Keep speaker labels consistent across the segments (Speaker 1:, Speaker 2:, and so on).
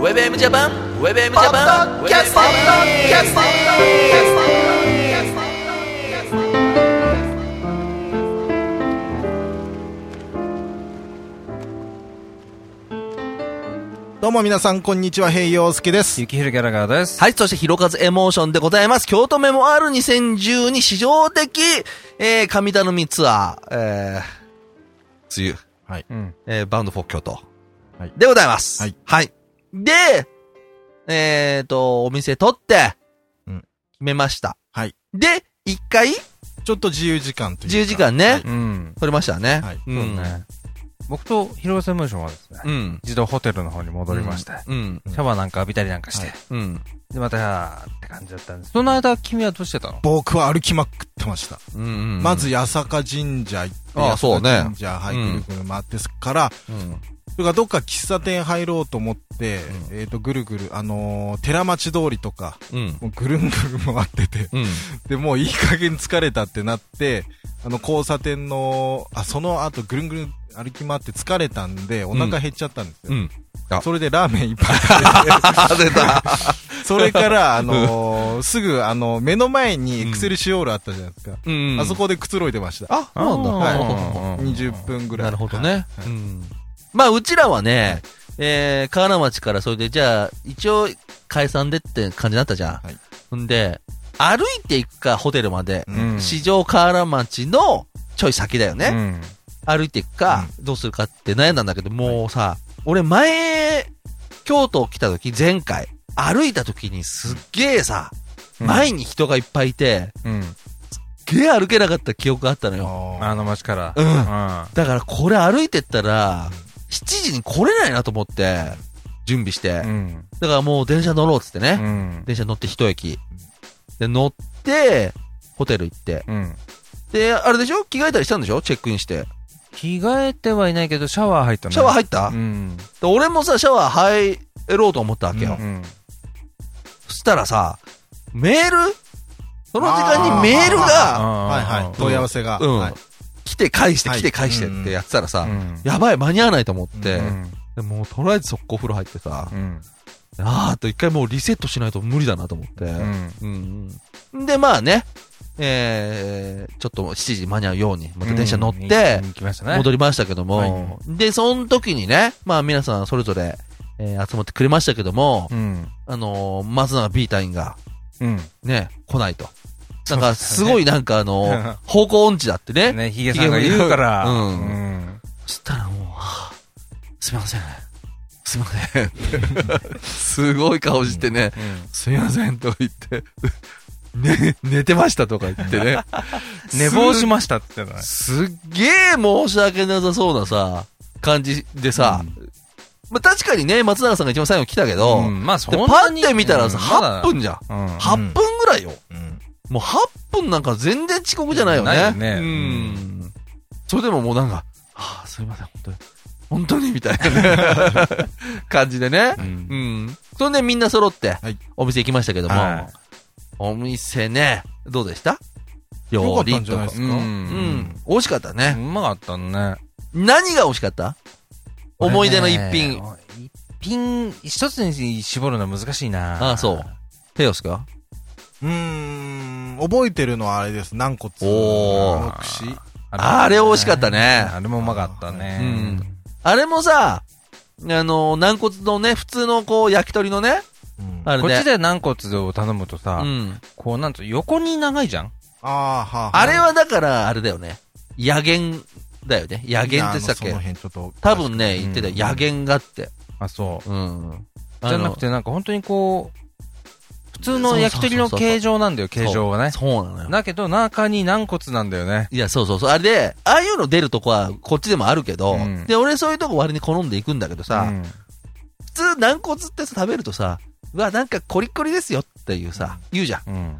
Speaker 1: WebM ジャパン WebM ジ
Speaker 2: ポ
Speaker 1: ャパ
Speaker 2: ッ
Speaker 1: ン
Speaker 2: ドキャスティングキャスティング
Speaker 3: どうも皆さん、こんにちは、平洋介です。
Speaker 4: 雪広ギャラガーです。
Speaker 1: はい、そして、ひろかずエモーションでございます。京都メモ R2012 史上的、えー、神頼みツアー、えー、梅雨、
Speaker 4: うん。
Speaker 1: えー、バウンドフォー京都。
Speaker 3: はい
Speaker 1: でございます。
Speaker 3: はい。
Speaker 1: で、えーと、お店取って、
Speaker 3: うん
Speaker 1: 決めました。
Speaker 3: はい。
Speaker 1: で、一回、
Speaker 3: ちょっと自由時間というか。
Speaker 1: 10時間ね、
Speaker 3: はい
Speaker 4: うん。
Speaker 1: 取りましたね。
Speaker 3: はい
Speaker 1: うん。
Speaker 4: そうね。僕と広瀬ムーションはですね、
Speaker 1: うん。
Speaker 4: 自動ホテルの方に戻りまして、
Speaker 1: うん。
Speaker 4: シャワーなんか浴びたりなんかして、
Speaker 3: は
Speaker 1: うん。
Speaker 4: で、また、って感じだったんです。その間、君はどうしてたの
Speaker 3: 僕は歩きまくってました。
Speaker 1: うんうん
Speaker 3: まず、八坂神社行って、
Speaker 1: ああそうね
Speaker 3: 八坂神社入ってぐるぐる回ってすから、
Speaker 1: うん。
Speaker 3: それからどっか喫茶店入ろうと思って、えっと、ぐるぐる、あのー、寺町通りとか、
Speaker 1: うん。
Speaker 3: もうぐるんぐるん回ってて、
Speaker 1: うん。
Speaker 3: で、もういい加減疲れたってなって、あの、交差点の、あ、その後ぐるんぐるん歩き回って疲れたんで、お腹減っちゃったんですよ。
Speaker 1: うん。あ
Speaker 3: それでラーメンいっぱい食べて、
Speaker 1: あ、 出た。
Speaker 3: それから、あのーすぐ、あの、目の前にエクセルシオールあったじゃないですか。
Speaker 1: うん。
Speaker 3: あそこでくつろいでました。
Speaker 1: あ、そうなんだ。
Speaker 4: あー
Speaker 1: はい
Speaker 3: 20分ぐらい。
Speaker 1: なるほど
Speaker 3: はい。
Speaker 1: ね。うん。まあ、うちらはね、えー、河原町からそれで、じゃあ、一応、解散でって感じになったじゃん。
Speaker 3: はい
Speaker 1: ほんで、歩いていくか、ホテルまで。
Speaker 3: う。
Speaker 4: うんん
Speaker 1: 市場河原町のちょい先だよね。
Speaker 4: ね。
Speaker 1: 歩いていくか、どうするかって悩んだんだけど、もうさ、俺前、京都来た時、前回、歩いた時にすっげえさ、
Speaker 4: うん
Speaker 1: 前に人がいっぱいいて、
Speaker 4: うん。
Speaker 1: すっげえ歩けなかった記憶があったのよ。
Speaker 3: あ
Speaker 4: あの街から。
Speaker 1: うん
Speaker 4: う
Speaker 1: だからこれ歩いてったら、7時に来れないなと思って、準備して。
Speaker 4: ん。うん。
Speaker 1: だからもう電車乗ろうっつって
Speaker 4: う
Speaker 1: ね。
Speaker 4: ん。
Speaker 1: 電車乗って一駅。で、乗って、ホテル行って。
Speaker 4: うん。
Speaker 1: で、あれでしょ着替えたりしたんでしょチェックインして。
Speaker 4: 着替えてはいないけど、シャワー入ったね。
Speaker 1: シャワー
Speaker 4: 入
Speaker 1: 入
Speaker 4: っ
Speaker 1: った、
Speaker 4: たうん。
Speaker 1: で俺もさ、シャワー入ろうと思ったわけよ。
Speaker 4: うん。
Speaker 1: そしたらさ、メールその時間にメールが、
Speaker 3: あ。
Speaker 4: は
Speaker 3: はいはい。問い合わせが。
Speaker 1: うん
Speaker 3: はい
Speaker 1: 来て返して、
Speaker 3: はい
Speaker 1: 来て返してってやってたらさ、
Speaker 4: うん。
Speaker 1: やばい、間に合わないと思って、
Speaker 4: うん
Speaker 1: でもうとりあえず速攻風呂入ってさ、
Speaker 4: うん。
Speaker 1: あーっと一回もうリセットしないと無理だなと思って。
Speaker 4: う。
Speaker 1: うんん。うん、で、まあね、えー、ちょっと7時間に合うように、また電車乗って
Speaker 4: うん、行きましたね。
Speaker 1: 戻りましたけども、で、その時にね、まあ皆さんそれぞれ、えー集まってくれましたけども、
Speaker 4: うん。
Speaker 1: あのー、松永 B 隊員が、
Speaker 4: うん。
Speaker 1: ね、来ないと。なんか、すごいなんかあの ー、方向音痴だってね。
Speaker 4: ね、ヒゲさんが言うから。
Speaker 1: うん
Speaker 4: うん。
Speaker 1: そしたらもう、はぁすいません。すいませ ん。すごい顔してね、すいませんと言って、 ね、寝てましたとか言って ね。
Speaker 4: 寝坊しましたって言ってたね。
Speaker 1: すっげえ申し訳なさそうなさ、感じでさ、まあ確かにね、松永さんが一番最後来たけど、
Speaker 4: うんまあそ
Speaker 1: で
Speaker 4: ん
Speaker 1: パ
Speaker 4: なに。
Speaker 1: ッて見たらさ、8
Speaker 4: うん
Speaker 1: 分じゃん。
Speaker 4: まだうん。
Speaker 1: 8分ぐらいよ。
Speaker 3: うん
Speaker 1: もう8分なんか全然遅刻じゃないよね。
Speaker 4: ないよね
Speaker 1: う。
Speaker 4: うん
Speaker 1: それでももうなんか、はあ、すいません、本当に。本当にみたいな ね感じでね。うん。それでみんな揃って
Speaker 3: はい、
Speaker 1: お店行きましたけども、
Speaker 4: はい
Speaker 1: お店ね、どうでした
Speaker 3: よか
Speaker 1: 料
Speaker 3: った
Speaker 1: 理
Speaker 3: んじゃ
Speaker 1: と
Speaker 3: ない
Speaker 1: か
Speaker 3: で。す
Speaker 4: う。
Speaker 3: か。
Speaker 1: うんん。美味しかった
Speaker 4: う
Speaker 1: ね。
Speaker 4: まかったね。
Speaker 1: 何が美味しかった思い出の一品。
Speaker 4: これね。一品、一つに絞るのは難しいな。
Speaker 1: ああ、そう。ペヨスか
Speaker 3: うーん。覚えてるのはあれです。軟骨。
Speaker 1: おー
Speaker 3: の串。
Speaker 1: あれ美味しかったね
Speaker 4: あれもうまかったね。
Speaker 1: うんあれもさ、あの、軟骨のね、普通のこう、焼き鳥のね、
Speaker 3: うん
Speaker 1: あれ
Speaker 4: こっ
Speaker 1: ね
Speaker 4: ち。で軟骨を頼むとさ
Speaker 1: う、ん。
Speaker 4: こうなんと横に長いじゃん
Speaker 3: ああ、はあ。
Speaker 1: あれはだから、あれだよね。野源だよね。野源ってさっ
Speaker 3: いやあのそ
Speaker 1: け
Speaker 3: の。辺ちょっと。
Speaker 1: 多分ね、
Speaker 4: うん
Speaker 1: 言ってたよ。野源があって。
Speaker 4: あ、そう。
Speaker 1: うん。
Speaker 4: じゃなくてなんか本当にこう、普通の焼き鳥の
Speaker 1: そうそうそうそう
Speaker 4: 形状なんだよ、
Speaker 1: あの、
Speaker 4: 形状がね。
Speaker 1: そうそうなのよ。
Speaker 4: だけど中に軟骨なんだよね。
Speaker 1: いや、そうそうそう。あれで、ああいうの出るとこは、こっちでもあるけど、
Speaker 4: うん
Speaker 1: で、俺そういうとこ割に好んでいくんだけどさ、
Speaker 4: うん
Speaker 1: 普通軟骨ってさ、食べるとさ、うわ、なんかコリコリですよっていうさ、言うじゃん。い
Speaker 4: うん。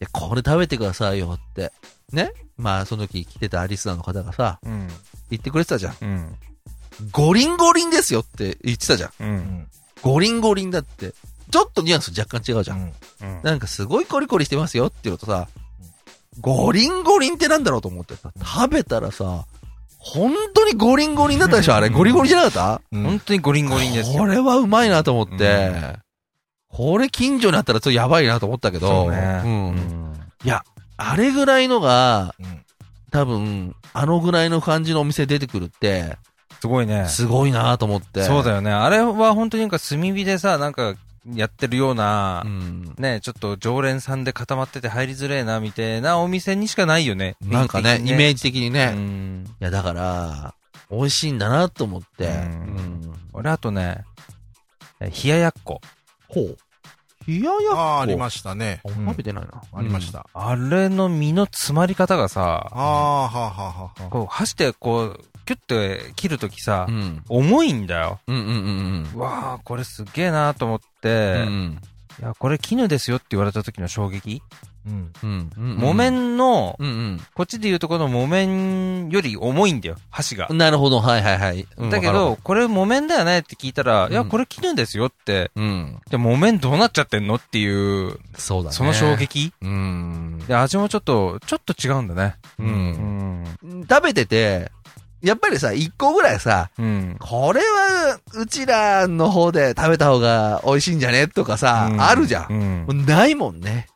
Speaker 1: や、これ食べてくださいよって。ねまあ、その時来てたリスナーの方がさ、
Speaker 4: うん。
Speaker 1: 言ってくれてたじゃん。
Speaker 4: うん。
Speaker 1: ゴリンゴリンですよって言ってたじゃん。
Speaker 3: う
Speaker 4: う。
Speaker 3: んん。
Speaker 1: ゴリンゴリンだって。ちょっとニュアンス若干違うじゃん。
Speaker 4: うん
Speaker 1: なんかすごいコリコリしてますよっていうのとさ、ゴリンゴリンってなんだろうと思ってさ、食べたらさ、本当にゴリンゴリンだったでしょあれ。ゴリゴリじゃなかっ
Speaker 3: う
Speaker 1: た
Speaker 3: ん
Speaker 4: 本当にゴリンゴリンです
Speaker 1: こ
Speaker 4: よ。
Speaker 1: れはうまいなと思っ
Speaker 3: う
Speaker 1: て、これ近所にあったらちょっとやばいなと思ったけど、
Speaker 4: そうね
Speaker 1: うん
Speaker 4: うん
Speaker 1: あれぐらいのが、
Speaker 3: うん
Speaker 1: 多分、あのぐらいの感じのお店出てくるって、
Speaker 4: すごいね。
Speaker 1: すごいなと思って。
Speaker 4: そう
Speaker 1: よ。
Speaker 4: だよね。あれは本当になんか炭火でさ、なんかやってるような
Speaker 1: う、ん。
Speaker 4: ね、ちょっと常連さんで固まってて入りづれえな、みたいなお店にしかないよね。
Speaker 1: なんかね、イメージ的にね。
Speaker 4: う
Speaker 1: い
Speaker 4: ん。
Speaker 1: や、だから、美味しいんだなと思って。
Speaker 4: うん
Speaker 1: うん
Speaker 4: 俺あとね、え冷ややっこ。
Speaker 1: ほう。冷ややっこ。
Speaker 3: ああ、ありましたね。
Speaker 1: あんま食べてないな。
Speaker 3: ありました。
Speaker 4: あれの身の詰まり方が
Speaker 3: あ
Speaker 4: さ、
Speaker 3: あ、はあはあはあ。
Speaker 4: こう箸でこう、キュッて切るときさ
Speaker 1: う、ん。
Speaker 4: 重いんだよ。
Speaker 1: うんうんうん
Speaker 4: うわあこれすげえなーと思っ
Speaker 1: うん。う
Speaker 4: て、
Speaker 1: ん
Speaker 4: いや、これ絹ですよって言われた時の衝撃、
Speaker 3: うん。
Speaker 1: うんうん。
Speaker 4: 木綿の、
Speaker 1: うん
Speaker 4: こっちで言うとこの木綿より重いんだよ、箸が
Speaker 1: う。ん。なるほど、はいはいはい。うん
Speaker 4: だけ、
Speaker 1: わ
Speaker 4: ど、これ木綿だよねって聞いたら、
Speaker 1: うん
Speaker 4: いや、これ絹ですよって、
Speaker 1: かるうん。
Speaker 4: で、木綿どうなっちゃってんのっていう、
Speaker 1: そうだね。
Speaker 4: その衝。撃
Speaker 1: うん。
Speaker 4: で、味もちょっと、ちょっと違うんだね。
Speaker 1: う。
Speaker 4: うんん。
Speaker 1: 食べてて、やっぱりさ、一個ぐらいさ、
Speaker 4: うん。
Speaker 1: これは、うちらの方で食べた方が美味しいんじゃねとかさ、
Speaker 4: うん
Speaker 1: あるじゃん。
Speaker 4: うん
Speaker 1: もうないもんね。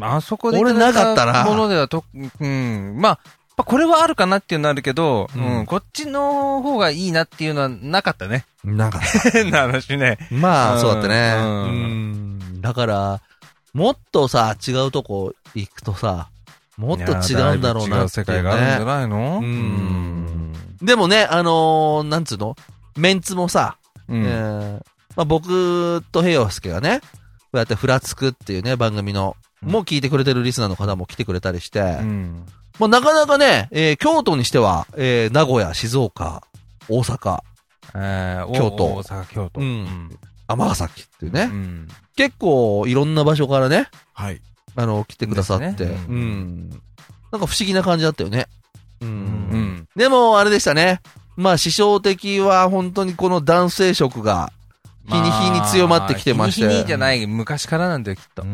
Speaker 4: あそこで
Speaker 1: 俺
Speaker 4: いだ
Speaker 1: なかったな
Speaker 4: ものではと、うん。まあ、まあこれはあるかなっていうのはあるけど、う
Speaker 1: うん
Speaker 4: ん、こっちの方がいいなっていうのはなかったね。
Speaker 1: なんか、
Speaker 4: 変な話ね。
Speaker 1: ま
Speaker 4: う
Speaker 1: あ、
Speaker 4: ん
Speaker 1: そうだったね。
Speaker 4: う
Speaker 1: うんだから、もっとさ、違うとこ行くとさ、もっと違うんだろう
Speaker 4: いやだいぶ違
Speaker 1: な
Speaker 4: う
Speaker 1: ってい
Speaker 4: 世
Speaker 1: う
Speaker 4: 界があるんじゃ
Speaker 1: ね。
Speaker 4: ないの
Speaker 1: うんでもね、あのー、なんつうのメンツもさ、
Speaker 4: う
Speaker 1: え
Speaker 4: ん。
Speaker 1: ーまあ、僕と平洋介がね、こうやってふらつくっていうね、番組の、
Speaker 4: うん
Speaker 1: もう聞いてくれてるリスナーの方も来てくれたりして、
Speaker 4: うん。
Speaker 1: まあ、なかなかね、えー京都にしては、えー名古屋、静岡、大阪、
Speaker 4: えーお
Speaker 1: 京都
Speaker 4: 大阪、京都。
Speaker 1: うん尼崎っていうね、
Speaker 4: うん。
Speaker 1: 結構いろんな場所からね、
Speaker 3: はい。
Speaker 1: あの、来てくださって、
Speaker 4: ですね
Speaker 1: う
Speaker 4: うん
Speaker 1: ん。なんか不思議な感じだったよね。うん。
Speaker 3: ん
Speaker 4: うん。
Speaker 1: でも、あれでしたね。まあ、師匠的は本当にこの男性色が、日に日に強まってきてまして
Speaker 4: あ日に日にじゃない、昔からなんだよ、きっと。
Speaker 1: う
Speaker 3: うん。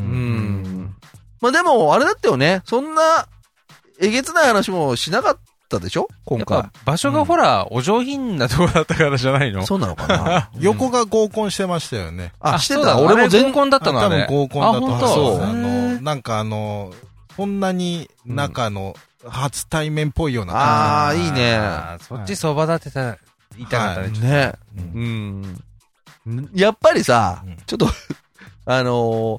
Speaker 1: ん。まあでも、あれだったよね。そんな、えげつない話もしなかったでしょ今
Speaker 4: やっ
Speaker 1: 回
Speaker 4: ぱ。場所がほら、お上品なとこだったからじゃないの
Speaker 1: そうなのかな
Speaker 3: 横が合コンしてましたよね。
Speaker 1: あ、して
Speaker 4: そうだ
Speaker 1: た。俺も全
Speaker 4: 合コンだったの
Speaker 3: 多
Speaker 4: あれ
Speaker 3: 分合コンだと思
Speaker 4: あ、
Speaker 3: う
Speaker 1: そう
Speaker 4: 本当
Speaker 3: あ
Speaker 4: へ
Speaker 3: の、
Speaker 4: ー
Speaker 3: なんかあの、こんなに中の初対面っぽいよう
Speaker 1: あ
Speaker 3: な感
Speaker 1: ーいいね
Speaker 4: あーそっちそば立てた、いたかったね。
Speaker 1: ね。
Speaker 3: う
Speaker 1: うん。やっぱりさ
Speaker 3: うん、
Speaker 1: ちょっと、 あのー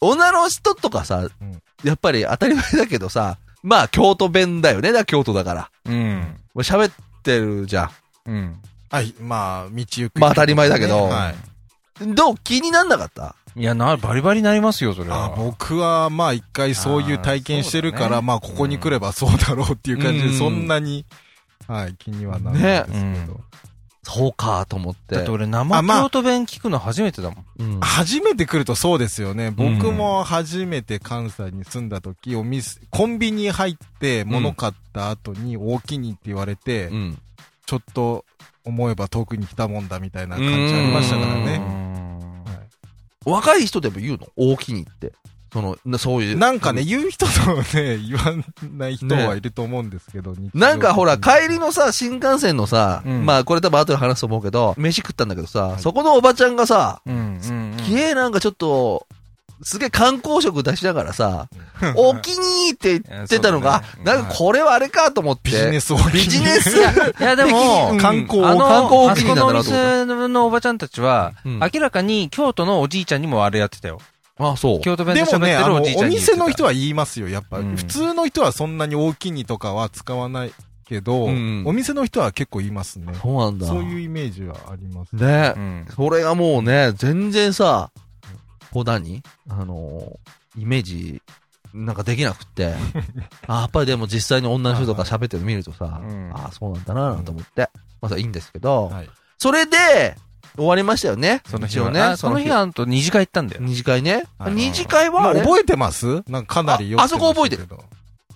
Speaker 1: 女の人とかさ
Speaker 3: うん、
Speaker 1: やっぱり当たり前だけどさ、まあ、京都弁だよね。だ、京都だから。
Speaker 4: うん。
Speaker 1: まあ喋ってるじゃ
Speaker 4: うん。
Speaker 3: じ。はい、まあ、道行く。
Speaker 1: まあ当たり前だけど
Speaker 3: はい。
Speaker 1: ん。どう気になんなかった
Speaker 4: いや、な、バリバリなりますよ、それ
Speaker 3: あ
Speaker 4: は。
Speaker 3: 僕は、まあ一回そういう体験してるか
Speaker 4: あーそうだ
Speaker 3: ら、
Speaker 4: ね
Speaker 3: まあここに来ればそうだろうっていう感じ
Speaker 1: うん
Speaker 3: で、そんなに、はい、気にはならないんですけ
Speaker 4: ね
Speaker 3: ど。
Speaker 1: そうか、と思って。
Speaker 4: だって俺生
Speaker 3: あまあ
Speaker 4: 京都弁聞くの初めてだもん。
Speaker 1: うん
Speaker 3: 初めて来るとそうですよね。僕も初めて関西に住んだ時、お店、コンビニ入って物買った後に大きにって言われて
Speaker 1: う、ん。
Speaker 3: ちょっと思えば遠くに来たもんだみたいな感じありましたからね。
Speaker 4: ね。
Speaker 1: 若い人でも言うの大きにって。その、なそういう。
Speaker 3: なんかね、、言う人とね、言わない人はいると思うんですけど、日常的に
Speaker 1: なんかほら、帰りのさ、新幹線のさ、
Speaker 4: うん
Speaker 1: まあこれ多分後で話すと思うけど、飯食ったんだけどさ、
Speaker 3: い
Speaker 1: そこのおばちゃんがさ、
Speaker 4: うん。
Speaker 1: きえなんかちょっと、すげえ観光食出しながらさ、 お気に入りって言ってたのが、
Speaker 4: いやそうだ
Speaker 1: あ
Speaker 4: ね
Speaker 1: なんかこれはあれかと思って。
Speaker 3: ビジネ
Speaker 1: ス。
Speaker 3: スを気に
Speaker 1: ビジネス
Speaker 4: いや、いやでも、
Speaker 1: うん
Speaker 3: 観光
Speaker 4: あの、
Speaker 1: 観光
Speaker 4: あ
Speaker 1: 気
Speaker 4: そ
Speaker 1: にな
Speaker 4: こ
Speaker 1: んだ
Speaker 4: のお
Speaker 1: なと思っ
Speaker 4: 店のおばちゃんたちは、
Speaker 1: うん
Speaker 4: 明らかに京都のおじいちゃんにもあれやってたよ。
Speaker 1: あ、そう。
Speaker 4: 京都弁で
Speaker 3: で
Speaker 4: 喋
Speaker 3: もね、
Speaker 4: って
Speaker 3: あ
Speaker 4: る
Speaker 3: の、
Speaker 4: おじいち
Speaker 3: お
Speaker 4: ゃんに言ってた。
Speaker 3: 店の人は言いますよ、やっぱ。
Speaker 4: うん
Speaker 3: 普通の人はそんなに大きにとかは使わないけど、
Speaker 1: うん
Speaker 3: お店の人は結構言いますね。
Speaker 1: そうなんだ。
Speaker 3: そういうイメージはあります。
Speaker 1: ね
Speaker 4: う、ん。
Speaker 1: それがもうね、全然さ、こう何あのーイメージ、なんかできなくって。あ、やっぱりでも実際に女の人とか喋ってるの見るとさ、
Speaker 4: うん
Speaker 1: あそうなんだなぁと思って。まあ、それいいんですけど、
Speaker 3: はい。
Speaker 1: それで、終わりましたよね。
Speaker 4: その日
Speaker 1: 一応
Speaker 4: は
Speaker 1: ね。
Speaker 4: ね。その日は、あと二次会行ったんだよ。
Speaker 1: 二次会ね。
Speaker 3: はい
Speaker 1: 二次会は
Speaker 3: ま
Speaker 1: あ
Speaker 3: あ、
Speaker 1: れ、
Speaker 3: 覚えてますなんかかなりよ
Speaker 1: ああそこ覚えてる
Speaker 3: ど。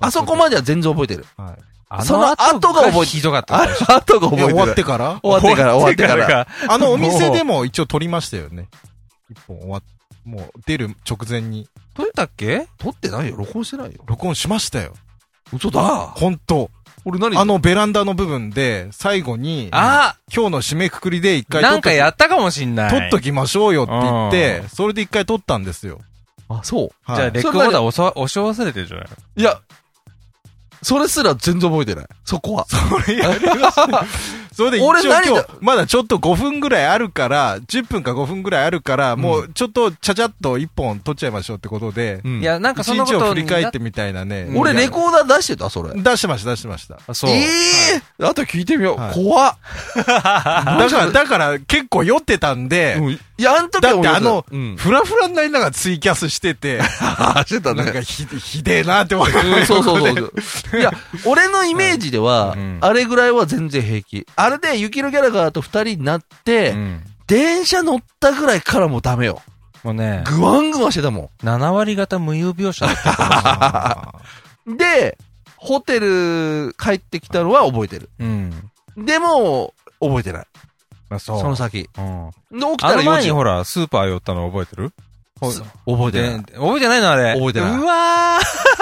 Speaker 1: あそこまでは全然覚えてる。
Speaker 3: はい。
Speaker 1: その後が覚えて
Speaker 4: ひどかった
Speaker 1: あ。あとが覚え
Speaker 3: え終わってて
Speaker 1: る。
Speaker 3: から
Speaker 1: 終わってから、終わってから。
Speaker 4: ら。
Speaker 3: あのお店でも一応撮りましたよね。一本終わっ、もう出る直前に
Speaker 4: 撮ったっけ
Speaker 1: 撮ってないよ。録音してないよ。
Speaker 3: 録音しましたよ。
Speaker 1: 嘘だ。
Speaker 3: 本当
Speaker 1: 俺何
Speaker 3: あ、のベランダの部分で、最後に、
Speaker 4: あ
Speaker 3: 今日の締めくくりで一回
Speaker 4: なんかや
Speaker 3: っ
Speaker 4: ったかもしんない。
Speaker 3: 取っときましょうよって言って
Speaker 4: う、ん
Speaker 3: それで一回取ったんですよ。
Speaker 1: あ、そう。
Speaker 3: はい
Speaker 4: じゃあ、レックオーダー押さ押し忘れてるじゃない
Speaker 1: いや、それすら全然覚えてない。そこは。
Speaker 3: それやりました。それで一応
Speaker 1: 俺
Speaker 3: 今
Speaker 1: 何だ
Speaker 3: 日、まだちょっと5分ぐらいあるから、10分か5分ぐらいあるから、もうちょっとちゃちゃっと1本取っちゃいましょうってことで、
Speaker 1: うん
Speaker 4: いや、なんかそ
Speaker 3: 一
Speaker 4: んなこ
Speaker 3: 日を
Speaker 4: と
Speaker 3: 振り
Speaker 4: に
Speaker 3: 返ってみたいなね。
Speaker 1: 俺、レ
Speaker 3: 猫
Speaker 1: コーダー出してた、それ。
Speaker 3: 出してました、出してました。
Speaker 4: あそう。
Speaker 1: ええあと聞いてみよう。
Speaker 3: はい
Speaker 1: 怖っ。
Speaker 3: だから、だから結構酔ってたんで、
Speaker 1: うんいや、あん時
Speaker 3: だ
Speaker 1: は
Speaker 3: って
Speaker 1: 俺
Speaker 3: あの、
Speaker 1: うん。
Speaker 3: フラフラになりながらツイキャスしてて、
Speaker 1: あ、してた
Speaker 3: なん
Speaker 1: ね
Speaker 3: か。ひ、ひでえなって思って。
Speaker 1: うんそうそうそ うそう。いや、俺のイメージでは
Speaker 4: はいうん、
Speaker 1: あれぐらいは全然平気。あれで、雪のギャラガーと二人になって
Speaker 4: う、ん
Speaker 1: 電車乗ったぐらいからもうダメよ。
Speaker 4: もうね、
Speaker 1: ぐわんぐわしてたも
Speaker 4: 7割方無遊病者だった。
Speaker 3: あ
Speaker 1: ん。で、ホテル帰ってきたのは覚えてる。
Speaker 4: うん。
Speaker 1: でも、覚えてない。
Speaker 4: まあそう。
Speaker 1: その先。
Speaker 4: うん。
Speaker 1: で、起きたら
Speaker 4: あの
Speaker 1: 4
Speaker 4: 前に
Speaker 1: 時。
Speaker 4: ほら、スーパー寄ったの覚えてる
Speaker 1: す覚えてない。
Speaker 4: で覚えてないのあれ。
Speaker 1: 覚えてないう
Speaker 4: わー。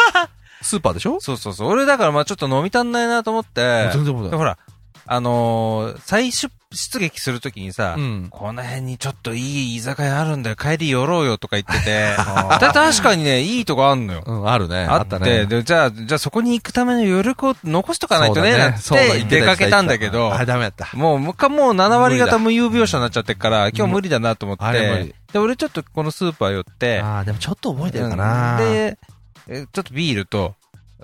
Speaker 1: スーパーでしょ
Speaker 4: そうそうそう。俺だからまあちょっと飲み足んないなと思って。
Speaker 1: 全然覚えて
Speaker 4: で
Speaker 1: ない。
Speaker 4: ほら、あのー、再出出撃するときにさ、
Speaker 1: ん。
Speaker 4: この辺にちょっといい居酒屋あるんだよ、帰り寄ろうよとか言っ てて。だ確かにね、いいとこあんのよ。
Speaker 1: うん、あるね。
Speaker 4: あって、で、じゃあ、じゃあそこに行くための余力を残しとかないとね、なん
Speaker 1: そうだ
Speaker 4: て出かけたんだけど、
Speaker 1: あ、ダメだった。
Speaker 4: もう、もうか、もう7割
Speaker 1: 無理だ
Speaker 4: 方無有病者になっちゃってっから、今日無理だなと思って、
Speaker 1: あれ無理
Speaker 4: で、俺ちょっとこのスーパー寄って、
Speaker 1: あーでもちょっと覚えてるか
Speaker 4: うん
Speaker 1: な。、
Speaker 4: で、えちょっとビールと、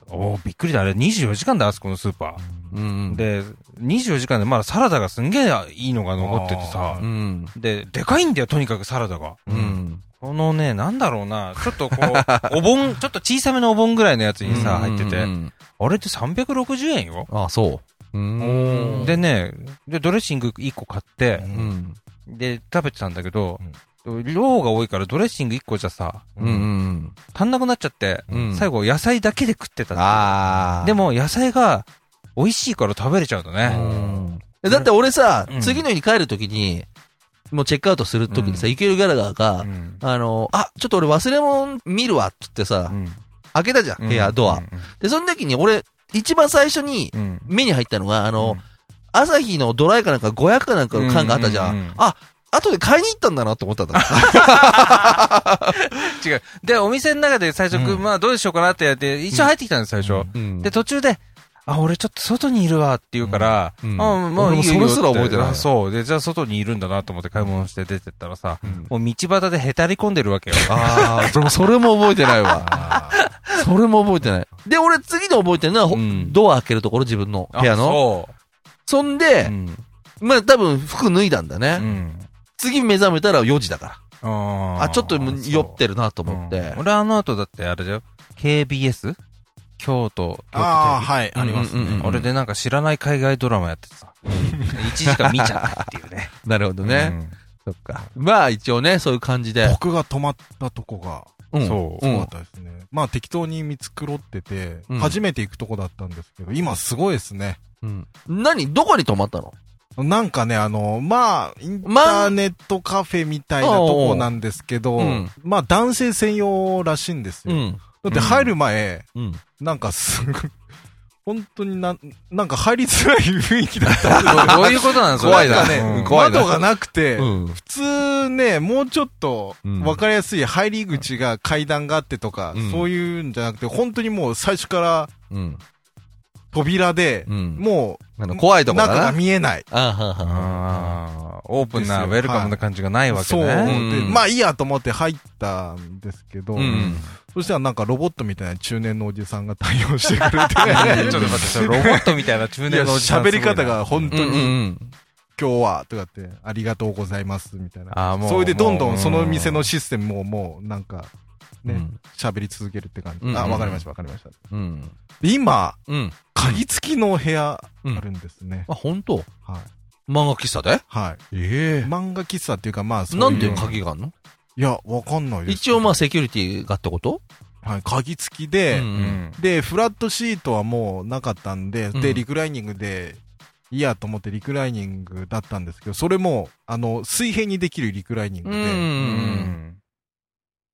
Speaker 4: おーびっくりだ、あれ24時間だ、あそこのスーパ
Speaker 1: うん
Speaker 4: ー。。で、24時間でまだサラダがすんげえいいのが残っててさ
Speaker 1: う、ん。
Speaker 4: で、でかいんだよ、とにかくサラダが。
Speaker 1: うん。
Speaker 4: このね、なんだろうな、ちょっとこう、お 盆、ちょっと小さめのお盆ぐらいのやつにさ、入ってて、
Speaker 1: うん
Speaker 4: あれって360円よ。
Speaker 1: あ、そう。うん
Speaker 4: で、ね、で、ドレッシング1個買って
Speaker 1: う、ん。
Speaker 4: で、食べてたんだけど、量が多いからドレッシング1個じゃさ、
Speaker 1: うんうん。
Speaker 4: 足んなくなっちゃって、
Speaker 1: うん
Speaker 4: 最後野菜だけで食ってたっていう
Speaker 1: あー
Speaker 4: で、も野菜が美味しいから食べれちゃうと
Speaker 1: う
Speaker 4: ね。
Speaker 1: んえだって俺さ
Speaker 4: う、ん
Speaker 1: 次の日に帰るときに、もうチェックアウトするときにさ、イケるギャラガーが、
Speaker 4: ん。
Speaker 1: あの、あ、ちょっと俺忘れ物見るわ、って言ってさ、開けたじゃん、部屋、ドア。。で、その時に俺、一番最初に
Speaker 4: うんうん。
Speaker 1: 目に入ったのが、あの、
Speaker 4: うん
Speaker 1: 朝日のドライかなんか500かなんかの缶があったじゃん。
Speaker 4: うんうんうんうん
Speaker 1: あ、後で買いに行ったんだなと思ったんだ。
Speaker 4: 違う。で、お店の中で最初、
Speaker 3: うん
Speaker 4: まあどうでしようかなってやって、一応入ってきたんです、最初。で、
Speaker 1: で、
Speaker 4: 途中で、あ、俺ちょっと外にいるわって言うから、
Speaker 1: う
Speaker 4: うん
Speaker 1: うん
Speaker 4: あもういいよいいよ
Speaker 1: 俺もそれすら覚えてない
Speaker 4: あそう。で、じゃあ外にいるんだなと思って買い物して出てったらさ、
Speaker 1: ん
Speaker 4: もう道端でへたり込んでるわ けよ。
Speaker 1: ああ、それもそれも覚えてないわ。それも覚えてない。で、俺次の覚えてるのは、ほ
Speaker 4: うん
Speaker 1: ドア開けるところ、自分の部屋
Speaker 4: あ
Speaker 1: の。
Speaker 4: そ
Speaker 1: そん
Speaker 4: う。う
Speaker 1: で、
Speaker 4: ん。
Speaker 1: まあ多分服脱いだんだ
Speaker 4: う
Speaker 1: ね。
Speaker 4: ん。
Speaker 1: 次目覚めたら4時だから。
Speaker 4: あ
Speaker 1: あ、ちょっともう酔っ
Speaker 4: る
Speaker 1: てるなと思って。
Speaker 4: 俺あの後だってあれだよ。KBS? 京都、京都テレビ
Speaker 3: あー、はい、あります
Speaker 1: うんうんうん
Speaker 3: ね。
Speaker 4: 俺でなんか知らない海外ドラマやってさ。1時間見ちゃったっていうね。
Speaker 1: なるほどね。
Speaker 4: ね。
Speaker 1: そっか。まあ一応ね、そういう感じで。
Speaker 3: 僕が止まったとこが、
Speaker 1: うん
Speaker 4: そう
Speaker 1: う
Speaker 3: そうだ
Speaker 1: ん
Speaker 3: っ。たですね。まあ適当に見繕ってて
Speaker 1: うん、
Speaker 3: 初めて行くとこだったんですけど、今すごいですね。
Speaker 1: うん何どこに泊まったの
Speaker 3: なんかね、あの、まあ、インターネットカフェみたいなとこなんですけど、
Speaker 1: まあうん
Speaker 3: まあ男性専用らしいんですよ。
Speaker 1: ん。
Speaker 3: だって入る前、
Speaker 1: うん。
Speaker 3: なんかすごい、本当になん、なんか入りづらい雰囲気だったんですよ。
Speaker 4: どういうことなんそれ
Speaker 1: 怖いな
Speaker 3: なんかね、
Speaker 1: うん怖いな
Speaker 3: 窓がなくて、
Speaker 1: うん。
Speaker 3: 普通ね、もうちょっと
Speaker 1: うん
Speaker 3: 分かりやすい入り口が階段があってとか、
Speaker 1: うん
Speaker 3: そういうんじゃなくて、本当にもう最初から
Speaker 1: うん。
Speaker 3: 扉で、
Speaker 1: うん
Speaker 3: も
Speaker 1: あ
Speaker 3: う、
Speaker 1: の、怖いとこだ
Speaker 3: 中
Speaker 1: な。
Speaker 3: が見えない。
Speaker 1: あはは。
Speaker 4: あーオープンなウ
Speaker 3: ですよ
Speaker 4: ェルカムな感じがないわけ
Speaker 3: そう。
Speaker 4: ね。
Speaker 3: で
Speaker 1: うん
Speaker 3: まあいいやと思って入ったんですけど、
Speaker 1: うん。
Speaker 3: そしたらなんかロボットみたいな中年のおじさんが対応してくれて、
Speaker 4: ちょっと待って、それロボットみたいな中
Speaker 3: いや
Speaker 4: 年のおじさん
Speaker 3: 喋り方
Speaker 4: すごいな。
Speaker 3: が本当
Speaker 1: うんう
Speaker 3: に
Speaker 1: ん。
Speaker 3: 今日は、とかって、ありがとうございます、みたいな。
Speaker 4: あーもう
Speaker 3: それでどんど
Speaker 4: もうん
Speaker 3: その店のシステムももうなんか、
Speaker 1: う
Speaker 3: ね
Speaker 1: ん、
Speaker 3: 喋り続けるって感
Speaker 1: うん
Speaker 3: じ。あ、わかりました、わかりました。
Speaker 1: うん。
Speaker 3: で今、
Speaker 1: うん。
Speaker 3: 鍵付きの部屋
Speaker 1: うん
Speaker 3: あるんですね。
Speaker 1: あ、本当
Speaker 3: はい。
Speaker 1: 漫画喫茶で
Speaker 3: はい。
Speaker 1: え
Speaker 3: 漫画喫茶っていうか、まあ、そうい
Speaker 1: な
Speaker 3: うん
Speaker 1: で鍵があんの
Speaker 3: いや、わかんないです。
Speaker 1: 一応まあセキュリティがってこと
Speaker 3: はい、鍵付き
Speaker 1: う
Speaker 3: で、
Speaker 4: うんん。
Speaker 3: で、フラットシートはもうなかったんで、
Speaker 1: う
Speaker 3: で、
Speaker 1: ん
Speaker 3: リクライニングで、いいやと思ってリクライニングだったんですけど、それも、あの、水平にできるリクライニング
Speaker 1: うん。
Speaker 3: で、
Speaker 4: うんん。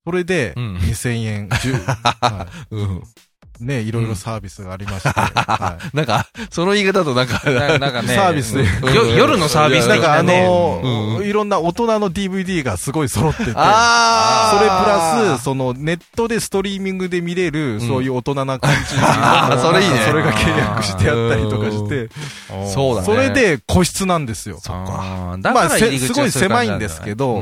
Speaker 3: それで、
Speaker 1: うん
Speaker 3: 2000円、10、はい
Speaker 1: うん。
Speaker 3: ね、いろいろサービスがありまして、は
Speaker 1: なんか、その言い方だとなんか、
Speaker 4: ななんかね。
Speaker 3: サービス
Speaker 4: よ夜のサービ
Speaker 3: い。
Speaker 4: ス
Speaker 3: なん
Speaker 4: 的
Speaker 3: かあ
Speaker 4: なね。
Speaker 3: の
Speaker 1: うんうん
Speaker 3: いろんな大人の DVD がすごい揃ってて、それプ
Speaker 1: あー
Speaker 3: ラス、そのネットでストリーミングで見れる、そういう大人な感じの
Speaker 1: あー それいいね
Speaker 3: それが契約してあったりとかして、
Speaker 1: そうだね。
Speaker 3: それ、で個室なんですよ。
Speaker 1: そっか。
Speaker 4: あーだ
Speaker 3: ま
Speaker 4: か
Speaker 3: あ、
Speaker 4: ら
Speaker 3: せ
Speaker 4: 入り
Speaker 3: す
Speaker 4: 口
Speaker 3: ご
Speaker 4: はいそうう
Speaker 3: 狭
Speaker 4: 感じ
Speaker 3: い
Speaker 4: なんんだ
Speaker 3: ですけど、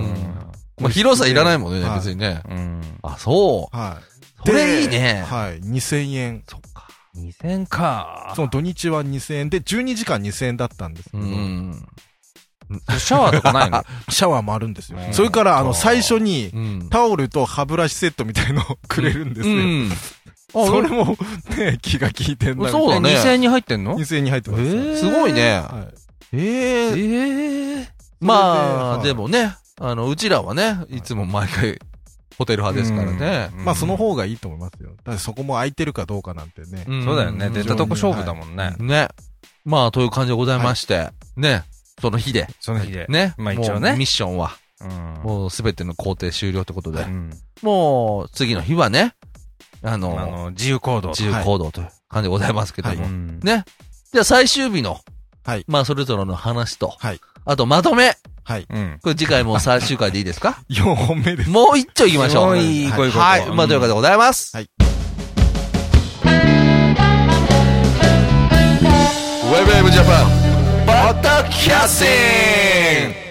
Speaker 1: まあ、広さいらないもんね、
Speaker 3: はい
Speaker 1: 別にね。
Speaker 4: うん。
Speaker 1: あ、そう。
Speaker 3: はい。
Speaker 1: これいいね
Speaker 3: はい。2000円。
Speaker 1: そっか。
Speaker 4: 2000か。
Speaker 3: その土日は2000円で、12時間2000円だったんですけ
Speaker 1: う
Speaker 3: ど、
Speaker 1: ん。
Speaker 4: シャワーとかないの
Speaker 3: シャワーもあるんですよ
Speaker 4: う。ん
Speaker 3: それから、あの、最初に
Speaker 1: う、ん。
Speaker 3: タオルと歯ブラシセットみたいのをくれるんですよ。
Speaker 1: うんあ
Speaker 3: それも、ね、気が利いてんなみたいな。
Speaker 1: そうだね
Speaker 4: え2000に入ってんの
Speaker 3: 2000円に入ってます。
Speaker 1: すごい。ね。
Speaker 3: はい
Speaker 1: ええ
Speaker 4: えー
Speaker 1: ま
Speaker 3: は
Speaker 1: あ、
Speaker 3: い
Speaker 1: でもね、あの、うちらはね、いつも毎回、ホテル派ですからね。
Speaker 4: うん
Speaker 3: まあ、その方がいいと思いますよ。だからそこも空いてるかどうかなんてね。
Speaker 1: ん
Speaker 4: そうだよね。出たとこ勝負だもんね。
Speaker 1: ね。まあ、という感じでございまして、ね、その日で、
Speaker 4: その日で。
Speaker 1: ね、
Speaker 4: まあ
Speaker 1: もう
Speaker 4: 一応ね
Speaker 1: ミッションは、
Speaker 4: うん。
Speaker 1: もうすべての工程終了ってことで、
Speaker 4: うん
Speaker 1: もう、次の日はね、あ
Speaker 4: あ
Speaker 1: の、
Speaker 4: の、自由行動。
Speaker 1: 自由行動という感じでございますけども、
Speaker 3: はい
Speaker 4: うん
Speaker 1: ね。じゃあ最終日の、
Speaker 3: はい
Speaker 1: まあ、それぞれの話と、
Speaker 3: はい
Speaker 1: あと、まとめ。
Speaker 3: はい。
Speaker 4: うん。
Speaker 1: これ次回もう最終回でいいですか
Speaker 3: 4本目です。
Speaker 1: もう一丁行きましょう。
Speaker 4: もういい
Speaker 1: は
Speaker 4: こういうこと
Speaker 1: はい。まあ、というわけでございます。
Speaker 3: は
Speaker 1: ウ
Speaker 3: い
Speaker 1: ェブウェブジャパン、バタキャスティング